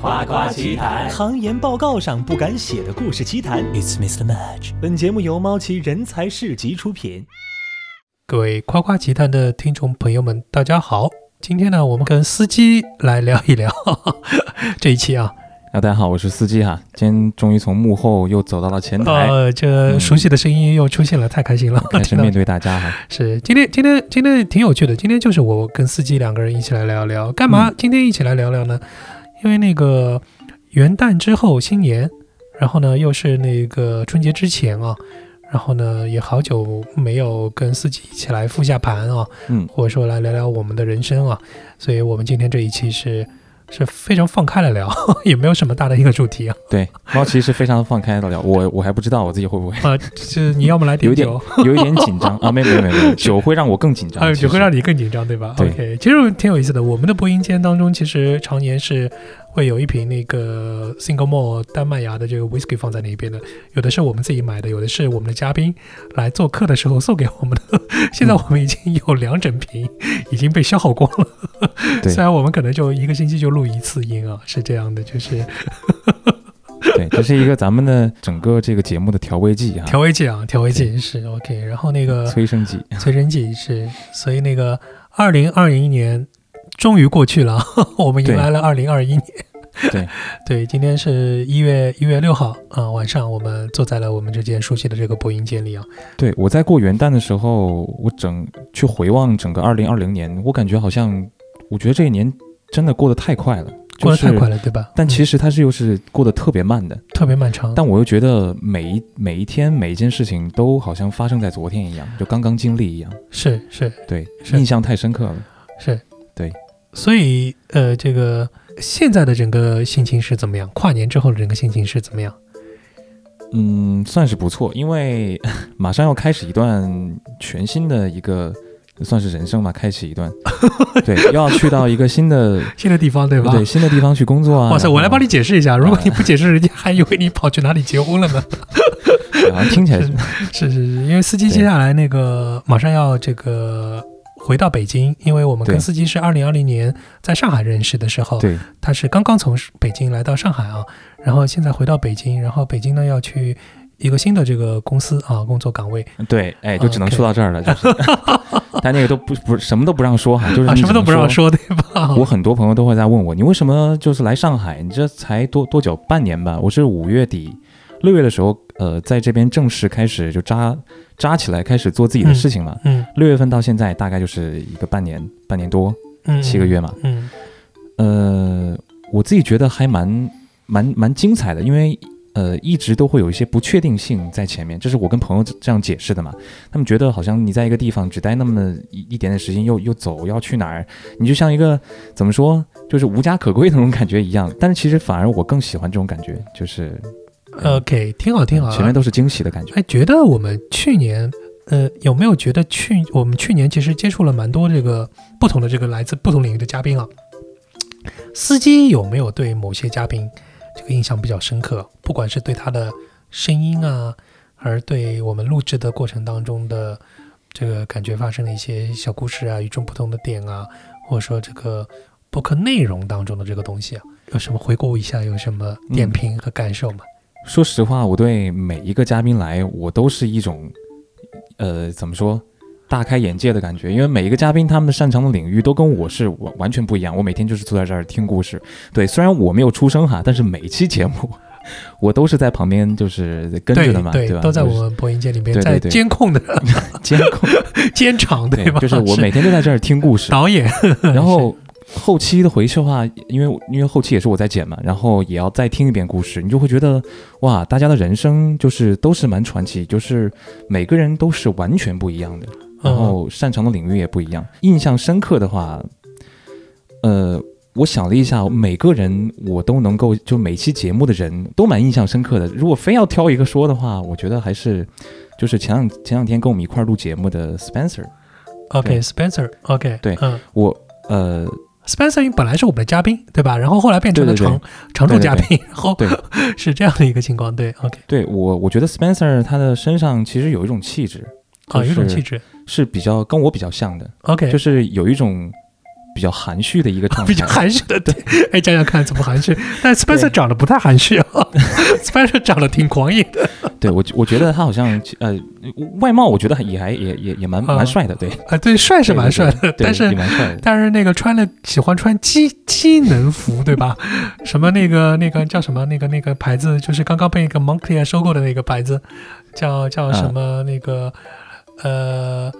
夸夸其谈行研报告上不敢写的故事奇谈。It's Mr. Match。本节目由猫奇人才市集出品。各位夸夸其谈的听众朋友们，大家好！今天呢，我们跟司机来聊一聊 这一期啊，啊，大家好，我是司机哈，今天终于从幕后又走到了前台，呃，这嗯熟悉的声音又出现了，太开心了！开始 听到面对大家哈。是今天，今天，今天挺有趣的。今天就是我跟司机两个人一起来聊聊，干嗯嘛？今天一起来聊聊呢？因为那个元旦之后新年，然后呢又是那个春节之前啊，然后呢也好久没有跟司机一起来复下盘啊，嗯或者说来聊聊我们的人生啊，所以我们今天这一期是是非常放开来聊， 也没有什么大的一个主题啊。对，猫其实非常放开的聊，我我还不知道我自己会不会啊，就是你要么来点有点酒。有一点紧张啊，没有没有没有没有，酒会让我更紧张，还有其哎只会实让你更紧张，对吧对 o k 其实挺有意思的。我们的播音间当中，其实常年是会有一瓶那个 Single Malt 丹麦芽的这个 whisky 放在那边的，有的是我们自己买的，有的是我们的嘉宾来做客的时候送给我们的。 现在嗯我们已经有两整瓶，已经被消耗光了。对 虽然我们可能就一个星期就录一次音啊，是这样的，就是对，这是一个咱们的整个这个节目的调味剂哈，调味剂啊，调味剂是 OK。然后那个催生剂。 催生剂是，所以那个二零二零年终于过去了， 我们迎来了二零二一年。对 对，今天是一月一月六号啊、晚上我们坐在了我们这间熟悉的这个播音间里啊。对我在过元旦的时候，我整去回望整个二零二零年，我感觉好像，我觉得这一年真的过得太快了，过得太快了。了，对嗯吧？但其实、实它是又是过得特别慢的，特别漫长。但我又觉得每一每一天每一件事情都好像发生在昨天一样，就刚刚经历一样。是是对，是印象太深刻了。是，对。所以呃，这个现在的整个心情是怎么样？跨年之后的整个心情是怎么样？嗯，算是不错，因为 马上要开始一段全新的一个，算是人生嘛，开始一 段，对，要去到一个新的新的地方，对吧？对新的地方去工作啊。哇塞，然后我来帮你，解释一下，如果你不解释，人家还以为你跑去哪里结婚了呢。啊，听起来是是是是，因为司机接下来那个马上要这个回到北京，因为我们跟对司机是二零二零年在上海认识的时候，对他是刚刚从北京来到上海啊，然后现在回到北京，然后北京呢要去一个新的这个公司啊工作岗位对，哎，就只能说到这儿了，就是， 但那个都不不什么都不让说哈，就是啊，你什只么都能不让说对吧？我很多朋友都会在问我，你为什么就是来上海？你这才多多久？半年吧？我是五月底、六月的时候，呃，在这边正式开始就扎扎起来，开始做自己的事情了。嗯六、月份到现在大概就是一个半年、半年多、嗯七个月嘛。嗯呃，我自己觉得还蛮蛮蛮精彩的，因为。呃，一直都会有一些不确定性在前面，这是我跟朋友这样解释的嘛。他们觉得好像你在一个地方只待那么一一点点时间，又又走要去哪儿，你就像一个怎么说，就是无家可归的那种感觉一样。但是其实反而我更喜欢这种感觉，就是呃 OK，挺好挺好啊，前面都是惊喜的感觉。哎，觉得我们去年，呃，有没有觉得去我们去年其实接触了蛮多这个不同的这个来自不同领域的嘉宾啊？司机有没有对某些嘉宾这个印象比较深刻？不管是对他的声音啊，还是对我们录制的过程当中的这个感觉发生的一些小故事啊、与众不同的点啊，或者说这个播客内容当中的这个东西啊，有什么回顾一下，有什么点嗯评和感受吗？说实话，我对每一个嘉宾来，我都是一种，呃，怎么说，大开眼界的感觉。因为每一个嘉宾他们擅长的领域都跟我是完完全不一样。我每天就是坐在这儿听故事，对，虽然我没有出声哈，但是每一期节目我都是在旁边就是跟对着的嘛，对吧？都在就我是们播音间里面，对对在对监控的 监控，监场，对吧？，就是我每天都在这儿听故事，导演，然后后期的回去的话，因为我因为后期也是我在剪嘛，然后也要再听一遍故事，你就会觉得哇，大家的人生就是都是蛮传奇，就是每个人都是完全不一样的， 然嗯后擅长的领域也不一样。印象深刻的话，呃。我想了一下，每个人我都能够，就每期节目的人都蛮印象深刻的。如果非要挑一个说的话，我觉得还是，就是前两前两天跟我们一块儿录节目的 Spencer，对，OK，Spencer，OK，对嗯我呃，Spencer 本来是我们的嘉宾，对吧？然后后来变成了对对常常对驻对嘉宾，然后对 是这样的一个情况，对，OK，对我，我觉得 Spencer 他的身上其实有一种气质，啊，有一种就是气质是比较跟我比较像的， ，OK，就是有一种比较含蓄的一个状态， 比较含蓄的，对，哎，讲讲看怎么含蓄。但 Spencer 对长得不太含蓄啊 ，Spencer 长得挺狂野的。对我觉我觉得他好像呃外貌我觉得也还也也也蛮啊蛮帅的，对，啊，对，帅 是蛮帅的，对但也是蛮帅的。 但是那个穿了喜欢穿机机能服，对吧？什么那个那个叫什么那个那个牌子，就是刚刚被一个 Moncler 收购的那个牌子，叫叫什么那个、呃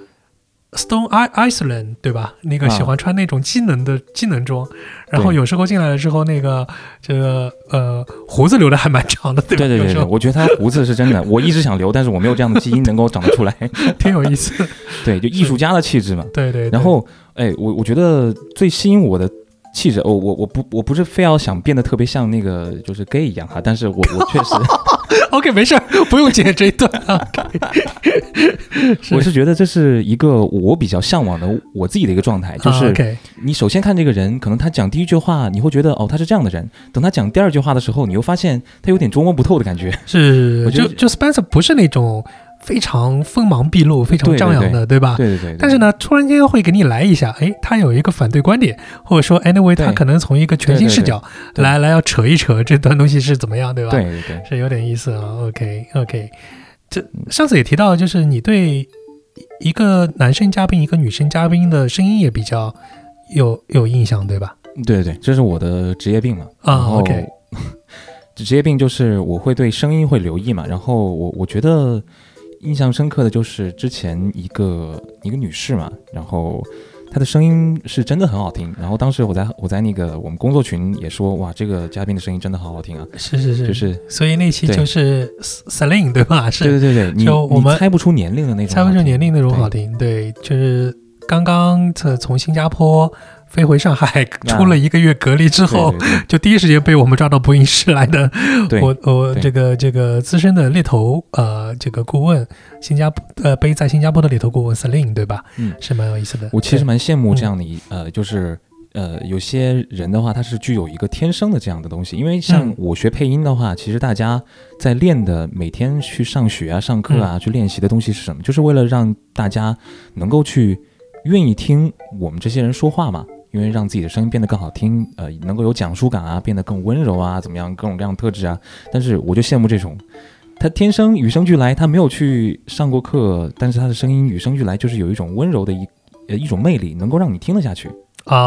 Stone I Iceland 对吧？那个啊喜欢穿那种机能的机能装，然后对有时候进来了之后，那个这个呃胡子留的还蛮长的，对吧？对对有对时对，候我觉得他胡子是真的，我一直想留，但是我没有这样的基因能够长得出来。 挺有意思的，对，就艺术家的气质嘛。对对对。然后，哎，我我觉得最吸引我的气质，哦，我我不我不是非要想变得特别像那个就是 gay 一样哈，但是我我确实 OK 没事儿，不用剪这一段啊。是我是觉得这是一个我比较向往的我自己的一个状态，就啊是，OK 你首先看这个人，可能他讲第一句话，你会觉得哦他是这样的人，等他讲第二句话的时候，你又发现他有点捉摸不透的感觉。是，我觉就得就 Spencer 不是那种非常锋芒毕露、非常对对张扬对的，对吧？对对对对啊但是呢，突然间会给你来一下，哎，他有一个反对观点，或者说，anyway，对他可能从一个全新对对视对角对来来要扯一扯这段东西是怎么样，对吧？对对对。是有点意思啊。OK OK，这上次也提到，就是你对一个男生嘉宾、一个女生嘉宾的声音也比较有有印象，对吧？对对，这是我的职业病嘛。啊然后 OK 职业病就是我会对声音会留意嘛。然后我我觉得印象深刻的就是之前一个一个女士嘛，然后她的声音是真的很好听。然后当时我在我在那个我们工作群也说，哇，这个嘉宾的声音真的好好听啊，是是是，就是所以那期对就是 Celine 对吧？是对对对对，你就我你们猜不出年龄的那种好听，啊猜不出年龄那种好对。听，对，就是刚刚从从新加坡飞回上海，出了一个月隔离之后，啊对对就第一时间被我们抓到播音室来的，对对 我我对这个这个资深的猎头呃这个顾问，新加坡呃被在新加坡的猎头顾问 Celine 对吧？嗯是蛮有意思的。我其实对蛮羡慕嗯这样的一、呃，就是呃，有些人的话，他是具有一个天生的这样的东西。因为像嗯我学配音的话，其实大家在练的每天去上学啊、上课啊、去练习的东西是什么？就是为了让大家能够去愿意听我们这些人说话嘛。因为让自己的声音变得更好听，呃，能够有讲述感啊，变得更温柔啊，怎么样，各种各样的特质啊。但是我就羡慕这种，他天生与生俱来，他没有去上过课，但是他的声音与生俱来，就是有一种温柔的一呃一种魅力，能够让你听得下去。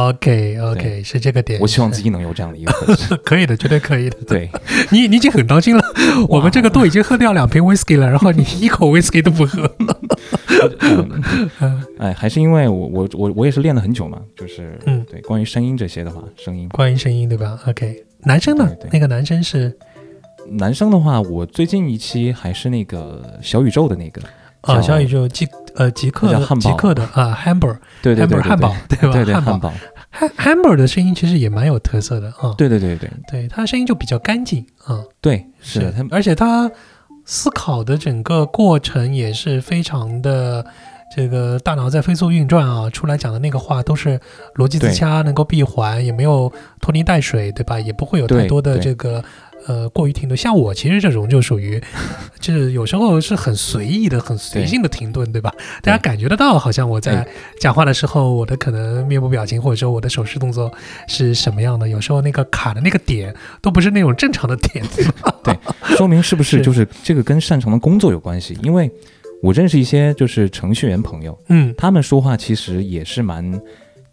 OK OK 是这个点，我希望自己己能有这样的一个特质。可以的，绝对可以的。对，你你已经很当心了，我们这个都已经喝掉两瓶 whisky 了，然后你一口 whisky 都 不喝，嗯嗯哎，还是因为我我我我也是练了很久嘛，就是嗯对关于声音这些的话，声音关于声音对吧？OK，男生呢？对对那个男生是男生的话，我最近一期还是那个小宇宙的那个，啊，叫小宇宙极呃极客那叫的汉堡极客的啊，Hamburg 对对对 Hamburg 对汉堡对吧？对对汉汉堡堡， Ham- Hamburg 的声音其实也蛮有特色的啊，对对对对对，他声音就比较干净啊，对，是的，他而且他思考的整个过程也是非常的。这个大脑在飞速运转啊，出来讲的那个话都是逻辑自对洽，能够闭环，也没有拖泥带水，对吧？也不会有太对多的对这个呃过于停顿。像我其实这种就属于， 就是有时候是很随意的、很随对性的停顿，对吧？大家对感觉得到，好像我在哎讲话的时候，我的可能面部表情或者说我的手势动作是什么样的，有时候那个卡的那个点都不是那种正常的点，对 吧？说明 是不是是就是这个跟擅长的工作有关系？因为我认识一些就是程序员朋友，嗯他们说话其实也是蛮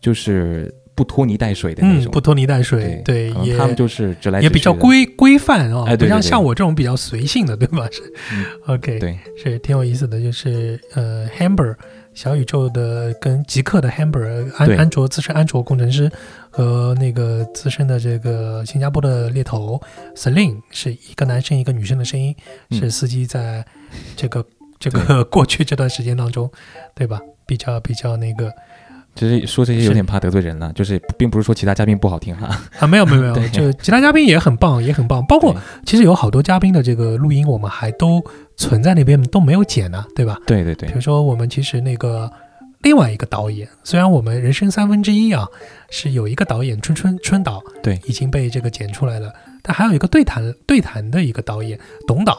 就是不拖泥带水的那嗯，种，不拖泥带水对，，对，可也能他们就是直来直去的也比较，规规范啊、哎不对对像对像我这种比较随性的，对吧？是、嗯 o k 对是挺有意思的，就是呃，Hamber 小宇宙的跟极客的 Hamber 安对安卓资深安卓工程师和那个资深的这个新加坡的猎头 Selin 是一个男生一个女生的声音，嗯是司机在这个这个过去这段时间当中，对吧？比较比较那个就是说这些有点怕得罪人了，就是并不是说其他嘉宾不好听哈， 啊，没有没有没有，对就其他嘉宾也很棒，也很棒，包括对其实有好多嘉宾的这个录音，我们还都存在那边都没有剪呢、对吧？对对比对如说我们其实那个另外一个导演，虽然我们人生三分之一啊是有一个导演春春春导对已经被这个剪出来了， 但还有一个对谈对谈的一个导演董导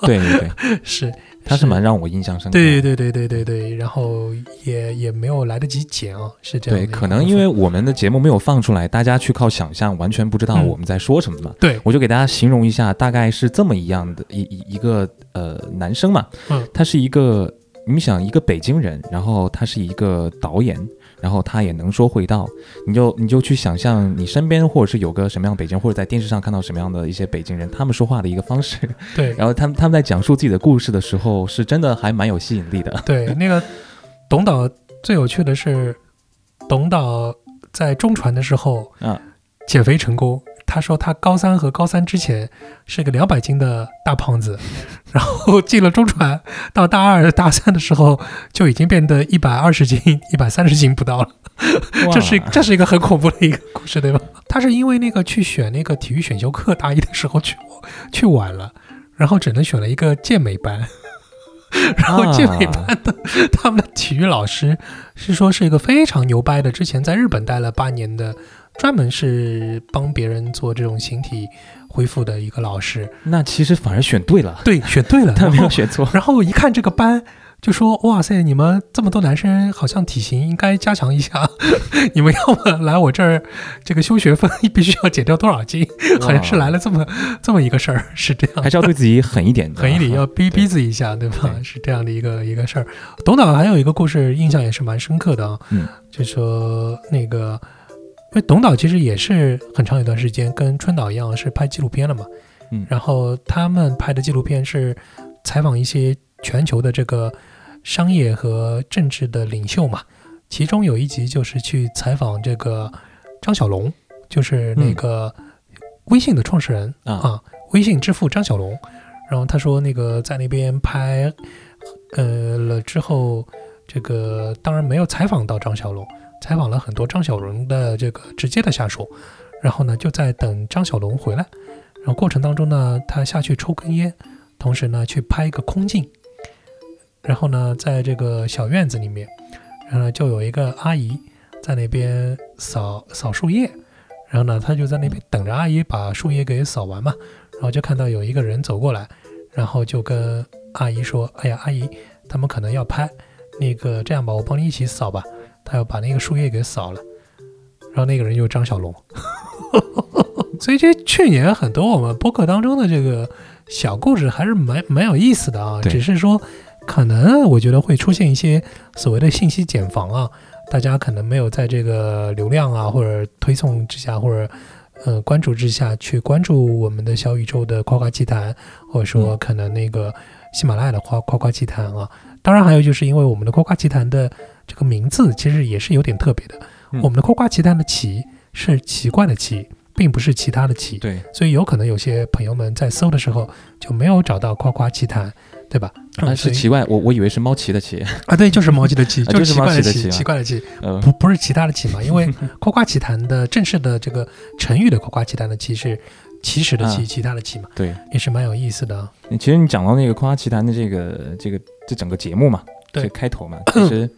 对对对，是他是蛮让我印象深刻的。对对对对对对，然后也也没有来得及剪啊，是这样的对，一个部分。可能因为我们的节目没有放出来，大家去靠想象，完全不知道嗯我们在说什么嘛。对我就给大家形容一下，大概是这么一样的一一一个呃男生嘛，嗯他是一个你想一个北京人，然后他是一个导演，然后他也能说会道，你就你就去想象你身边或者是有个什么样的北京人，或者在电视上看到什么样的一些北京人，他们说话的一个方式， 对然后他们他们在讲述自己的故事的时候，是真的还蛮有吸引力的。对，那个董导最有趣的是，董导在中传的时候，嗯，减肥成功。他说他高三和高三之前是个两百斤的大胖子，然后进了中传，到大二、大三的时候就已经变得一百二十斤、一百三十斤不到了。这是哇这是一个很恐怖的一个故事，对吧？他是因为那个去选那个体育选修课，大一的时候去去晚了，然后只能选了一个健美班，然后健美啊班的、他们的体育老师是说是一个非常牛掰的，之前在日本待了八年的，专门是帮别人做这种形体恢复的一个老师，那其实反而选对了，对，选 对了，但然没后有选 错。然后一看这个班，就说：“哇塞，你们这么多男生，好像体型应该加强一下。 你们要么来我这儿，这个修学分 必须要减掉多少斤？哦好像是 来了这么这么一个事儿，是这样还。是要对自己狠一点的，狠一点，要逼逼自己一下，对吧？对是这样的一个一个事儿。董导还有一个故事，印象也是蛮深刻的啊。嗯，就说那个，因为董导其实也是很长一段时间跟春导一样是拍纪录片了嘛。嗯然后他们拍的纪录片是采访一些全球的这个商业和政治的领袖嘛。其中有一集就是去采访这个张小龙，就是那嗯个微信的创始人。啊啊，微信之父张小龙。然后他说那个在那边拍，呃了之后，这个当然没有采访到张小龙，采访了很多张小龙的这个直接的下属。然后呢，就在等张小龙回来。然后过程当中呢，他下去抽根烟，同时呢去拍一个空镜。然后呢，在这个小院子里面，然后呢就有一个阿姨在那边扫扫树叶。然后呢，他就在那边等着阿姨把树叶给扫完嘛，然后就看到有一个人走过来，然后就跟阿姨说：“哎呀，阿姨，他们可能要拍，那个这样吧，我帮你一起扫吧。”他要把那个树叶给扫了，然后那个人就是张小龙。 所以这去年很多我们播客当中的这个小故事还是蛮蛮有意思的啊，对只是说可能我觉得会出现一些所谓的信息茧房啊，大家可能没有在这个流量啊或者推送之下或者呃关注之下去关注我们的小宇宙的夸夸奇谈，或者说嗯可能那个喜马拉雅的夸夸夸奇谈啊。当然还有就是因为我们的夸夸奇谈的这个名字其实也是有点特别的，嗯我们的夸夸奇谈的奇是奇怪的奇，并不是其他的奇。对，所以有可能有些朋友们在搜的时候就没有找到夸夸奇谈，对吧？啊是所以奇怪，我我以为是猫奇的奇，啊，对，就是毛奇的奇， 啊就是奇怪毛奇的奇，奇啊奇怪的奇，呃，不不是其他的奇嘛？因为夸夸奇谈的正式的这个成语的夸夸奇谈的奇是起始的奇，啊其他的奇嘛，对。也是蛮有意思的啊。其实你讲到那个《夸夸其谈》的这个这个这整个节目嘛，对这开头嘛，其实，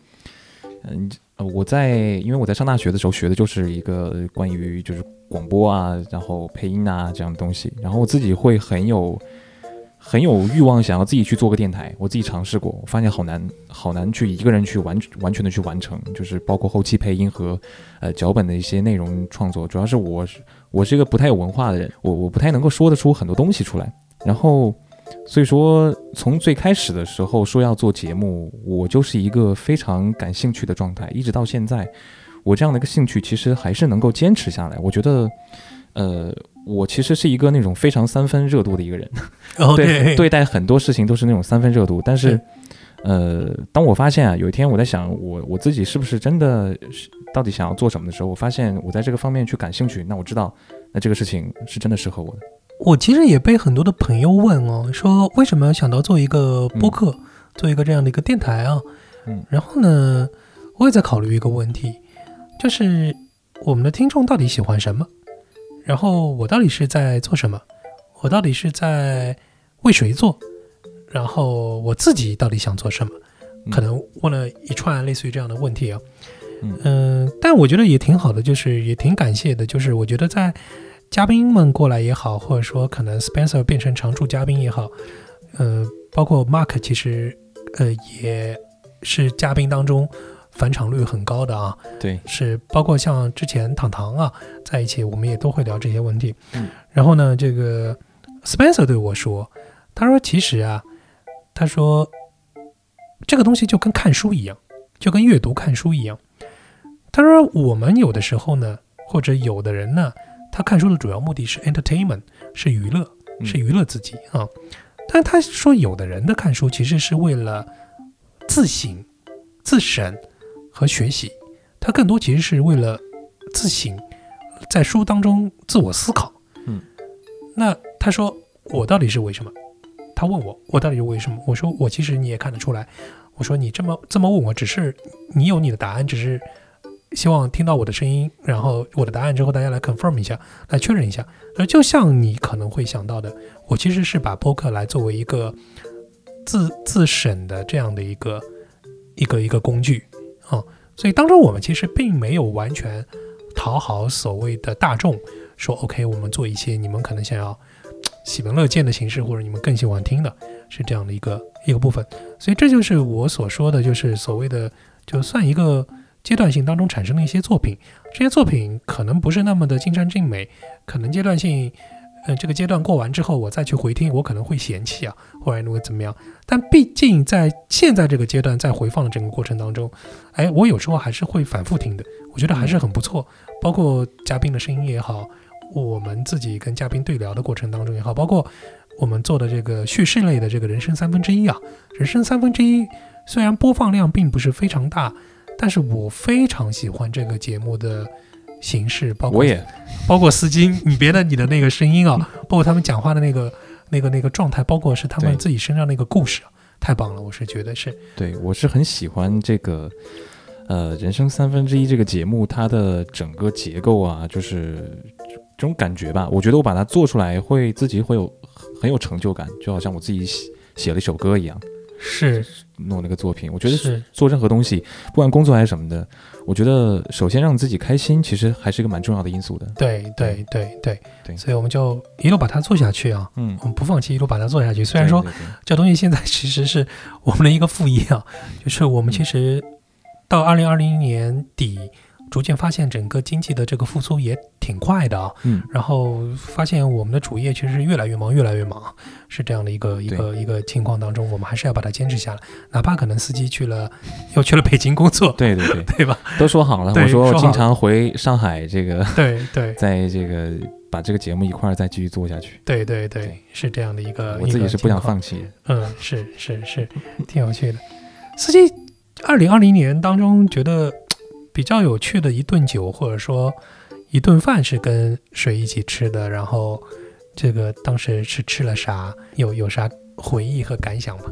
嗯、呃我在因为我在上大学的时候学的就是一个呃关于就是广播啊，然后配音啊这样的东西，然后我自己会很有很有欲望想要自己去做个电台，我自己尝试过，我发现好难好难去一个人去完完全的去完成，就是包括后期配音和呃脚本的一些内容创作，主要是我是我是一个不太有文化的人，我我不太能够说得出很多东西出来，然后。所以说，从最开始的时候说要做节目，我就是一个非常感兴趣的状态，一直到现在，我这样的一个兴趣其实还是能够坚持下来。我觉得，呃，我其实是一个那种非常三分热度的一个人，哦，对对对待很多事情都是那种三分热度。但是是，呃，当我发现啊，有一天我在想我我自己是不是真的是到底想要做什么的时候，我发现我在这个方面去感兴趣，那我知道，那这个事情是真的适合我的。我其实也被很多的朋友问哦，说为什么想到做一个播客，做一个这样的一个电台啊？嗯，然后呢，我也在考虑一个问题，就是我们的听众到底喜欢什么？然后我到底是在做什么？我到底是在为谁做？然后我自己到底想做什么？嗯可能问了一串类似于这样的问题啊。嗯嗯、但我觉得也挺好的，就是也挺感谢的，就是我觉得在嘉宾们过来也好，或者说可能 Spencer 变成常驻嘉宾也好，呃，包括 Mark 其实呃也是嘉宾当中返场率很高的啊，对，是包括像之前糖糖啊在一起，我们也都会聊这些问题。嗯然后呢，这个 Spencer 对我说，他说其实啊，他说这个东西就跟看书一样，就跟阅读看书一样。他说我们有的时候呢，或者有的人呢，他看书的主要目的是 entertainment，是娱乐，嗯是娱乐自己啊。但他说有的人的看书其实是为了自省、自省和学习。他更多其实是为了自省，在书当中自我思考。嗯，那他说我到底是为什么？他问我我到底是为什么？我说我其实你也看得出来，我说你这么这么问我，只是你有你的答案，只是希望听到我的声音，然后我的答案之后大家来 confirm 一下，来确认一下。而就像你可能会想到的，我其实是把播客来作为一个自自审的这样的一个一个一个工具啊、所以当中我们其实并没有完全讨好所谓的大众，说 OK，我们做一些你们可能想要嘖喜闻乐见的形式，或者你们更喜欢听的，是这样的一个一个部分。所以这就是我所说的，就是所谓的就算一个阶段性当中产生的一些作品，这些作品可能不是那么的尽善尽美，可能阶段性。呃，这个阶段过完之后，我再去回听，我可能会嫌弃啊，或者会怎么样？但毕竟在现在这个阶段，在回放的整个过程当中，哎，我有时候还是会反复听的，我觉得还是很不错。包括嘉宾的声音也好，我们自己跟嘉宾对聊的过程当中也好，包括我们做的这个叙事类的这个人生三分之一啊，人生三分之一虽然播放量并不是非常大，但是我非常喜欢这个节目的形式，包括我也包括丝巾，你别的你的那个声音啊，包括他们讲话的那个、那个、那个状态，包括是他们对自己身上那个故事啊，太棒了！我是觉得是，对，我是很喜欢这个，呃，《人生三分之一》这个节目，它的整个结构啊，就是这种感觉吧。我觉得我把它做出来会，自己会有很有成就感，就好像我自己写写了一首歌一样，是弄了个作品。我觉得是做任何东西，不管工作还是什么的，我觉得首先让自己开心，其实还是一个蛮重要的因素的。对对对对对所以我们就一路把它做下去啊，嗯，我们不放弃，一路把它做下去。虽然说对对对这东西现在其实是我们的一个副业啊，就是我们其实到二零二零年底，逐渐发现整个经济的这个复苏也挺快的啊。嗯，然后发现我们的主业其实是越来越忙，越来越忙，是这样的一个一个一个情况当中，我们还是要把它坚持下来，哪怕可能司机去了， 又去了北京工作，对对 对，对吧？都说好了。对我说说我好经了常回上海，这个对对在这个把这个节目一块儿再继续做下去。对对对对，是这呃样的一个，我自己是不想放。放弃的。嗯，是是是，挺有趣的。司机，二零二零年当中觉得比较有趣的一顿酒，或者说一顿饭是跟谁一起吃的？然后这个当时是吃了啥？有有啥回忆和感想吗？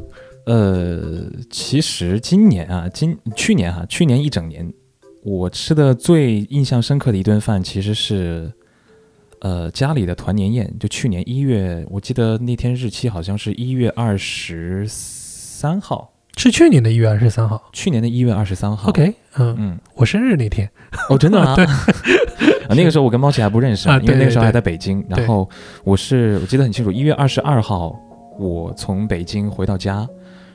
呃，其实今年啊，今去年哈、去年一整年，我吃的最印象深刻的一顿饭其实是，呃，家里的团年宴。就去年一月，我记得那天日期好像是一月二十三号，是去年的一月二十三号。去年的一月二十三号。 OK，嗯，嗯，我生日那天， 哦，真的吗？对啊，那个时候我跟猫姐还不认识啊因为那个时候对对还在北京。对然后我是我记得很清楚，一月二十二号我从北京回到家，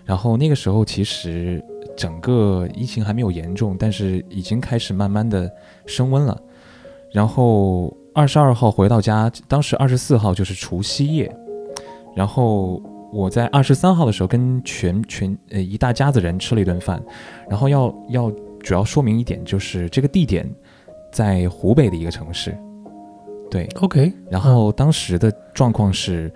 然后那个时候其实整个疫情还没有严重，但是已经开始慢慢的升温了。然后二十二号回到家，当时二十四号就是除夕夜，然后我在二十三号的时候跟全全呃一大家子人吃了一顿饭，然后要要主要说明一点就是这个地点在湖北的一个城市，对， OK，然后当时的状况是。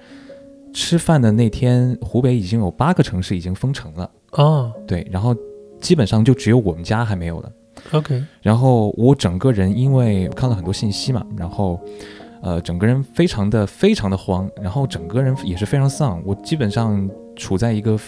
吃饭的那天，湖北已经有八个城市已经封城了，哦对，然后基本上就只有我们家还没有了。 ，OK，然后我整个人因为看了很多信息嘛，然后呃，整个人非常的非常的慌，然后整个人也是非常丧，我基本上处在一个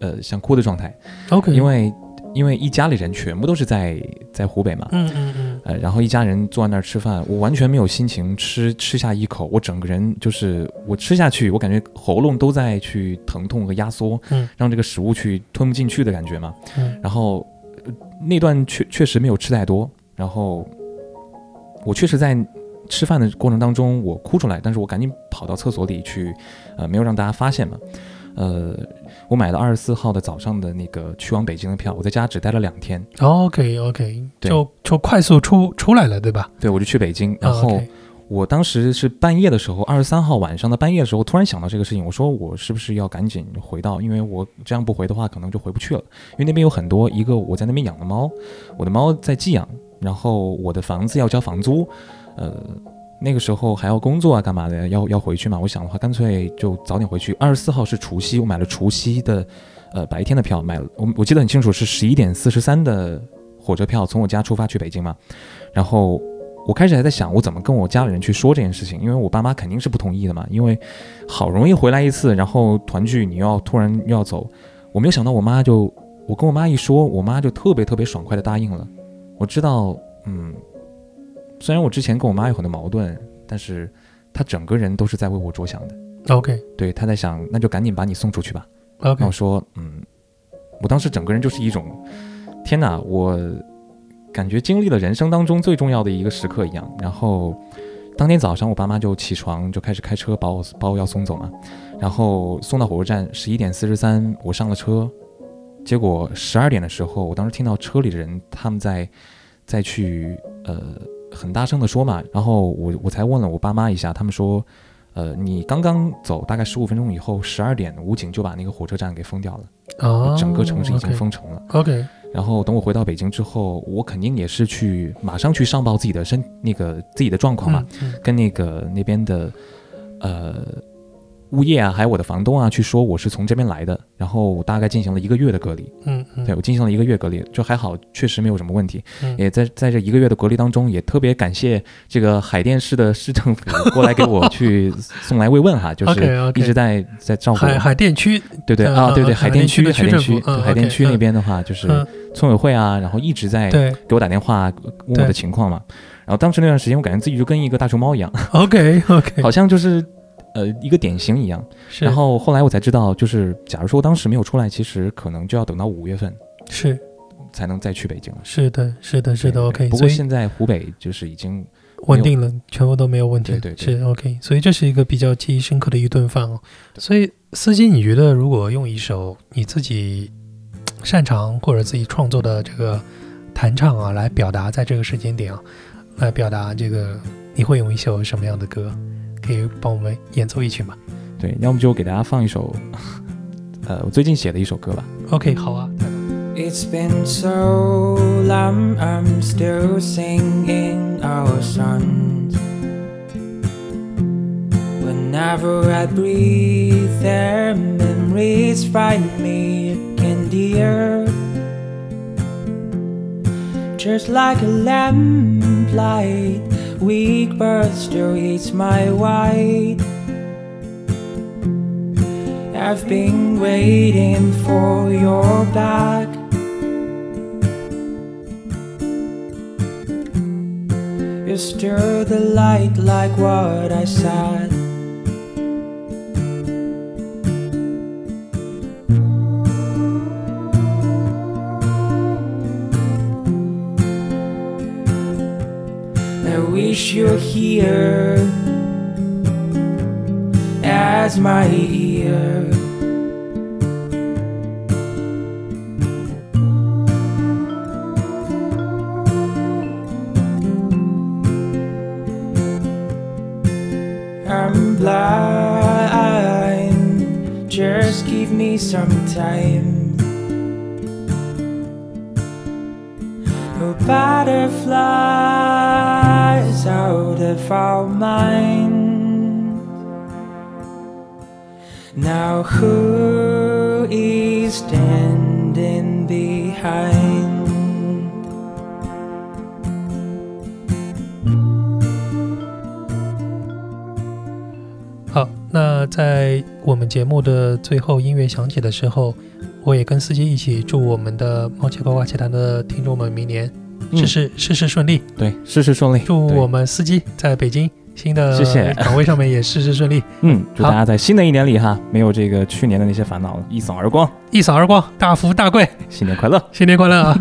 呃想哭的状态， OK，因为因为一家里人全部都是在在湖北嘛。嗯嗯嗯，呃，然后一家人坐在那儿吃饭，我完全没有心情吃吃下一口，我整个人就是我吃下去，我感觉喉咙都在去疼痛和压缩，嗯让这个食物去吞不进去的感觉嘛。嗯然后、呃那段确确实没有吃太多，然后我确实在吃饭的过程当中我哭出来，但是我赶紧跑到厕所里去，呃，没有让大家发现嘛。呃，我买了二十四号的早上的那个去往北京的票，我在家只待了两天， OK OK，对就就快速出出来了，对吧？对我就去北京，然啊后、 ，OK 我当时是半夜的时候，二十三号晚上的半夜的时候，突然想到这个事情，我说我是不是要赶紧回到，因为我这样不回的话，可能就回不去了。因为那边有很多，一个我在那边养的猫，我的猫在寄养，然后我的房子要交房租，呃，那个时候还要工作啊，干嘛的，要要回去嘛。我想的话，干脆就早点回去。二十四号是除夕，我买了除夕的，呃，白天的票，买了，我我记得很清楚，是十一点四十三的火车票，从我家出发去北京嘛，然后我开始还在想，我怎么跟我家里人去说这件事情，因为我爸妈肯定是不同意的嘛。因为好容易回来一次，然后团聚，你又要突然又要走，我没有想到我妈就，我跟我妈一说，我妈就特别特别爽快的答应了。我知道，嗯，虽然我之前跟我妈有很多矛盾，但是她整个人都是在为我着想的。 OK 对，她在想，那就赶紧把你送出去吧。 OK，那我说，嗯，我当时整个人就是一种，天哪，我感觉经历了人生当中最重要的一个时刻一样。然后当天早上，我爸妈就起床，就开始开车把我把我要送走嘛，然后送到火车站，十一点四十三，我上了车。结果十二点的时候，我当时听到车里的人他们在在去呃很大声的说嘛，然后我我才问了我爸妈一下，他们说呃，你刚刚走大概十五分钟以后，十二点武警就把那个火车站给封掉了，啊，整个城市已经封城了。 OK，OK。然后等我回到北京之后，我肯定也是去马上去上报自己的身那个自己的状况嘛，啊嗯嗯跟那个那边的呃物业啊，还有我的房东啊去说我是从这边来的，然后我大概进行了一个月的隔离。嗯嗯，对我进行了一个月隔离，就还好，确实没有什么问题。嗯也在在这一个月的隔离当中，也特别感谢这个海淀市的市政府过来给我去送来慰问 哈，就是 OK，OK 一直在在照顾海我。海淀区，对对嗯啊，对嗯对，嗯海海淀淀区区的海区淀政区府嗯海淀 OK，区那嗯边的话，就是嗯，村委会啊，然后一直在对给我打电话问我的情况嘛。然后当时那段时间，我感觉自己就跟一个大熊猫一样， ，OK OK，好像就是呃一个典型一样。是，然后后来我才知道，就是假如说当时没有出来，其实可能就要等到五月份是才能再去北京了。是的，是的，是的对，OK，不所过以现在湖北就是已经稳定了，全部都没有问题，对对对是 OK，所以这是一个比较记忆深刻的一顿饭哦。对所以司机，你觉得如果用一首你自己嘖擅长或者自己创作的这个弹唱啊，来表达在这个时间点啊，来表达这个，你会用一首什么样的歌？可以帮我们演奏一曲吗对，要么就给大家放一首， 呃，我最近写的一首歌吧。 ？OK，好啊，太棒了 It's been so long, I'm still singing our songs. Whenever I breathe, their memories find me in the air. Just like a lamplight, weak but still it's my white. I've been waiting for your back. You stir the light like what I said. I wish you're here as my ear. I'm blind, just give me some time. Oh, butterflies out of our mind. Now who is standing behind? 好，那在我们节目的最后音乐响起的时候，我也跟司机一起祝我们的猫切呱呱奇谈的听众们明年嗯事事事事顺利。对，事事顺利。祝对我们司机在北京新谢谢的岗位上面也事事顺利，嗯，祝好大家在新的一年里哈，没有这个去年的那些烦恼了，一扫而光。一扫而光，大富大贵，新年快乐！新年快乐啊！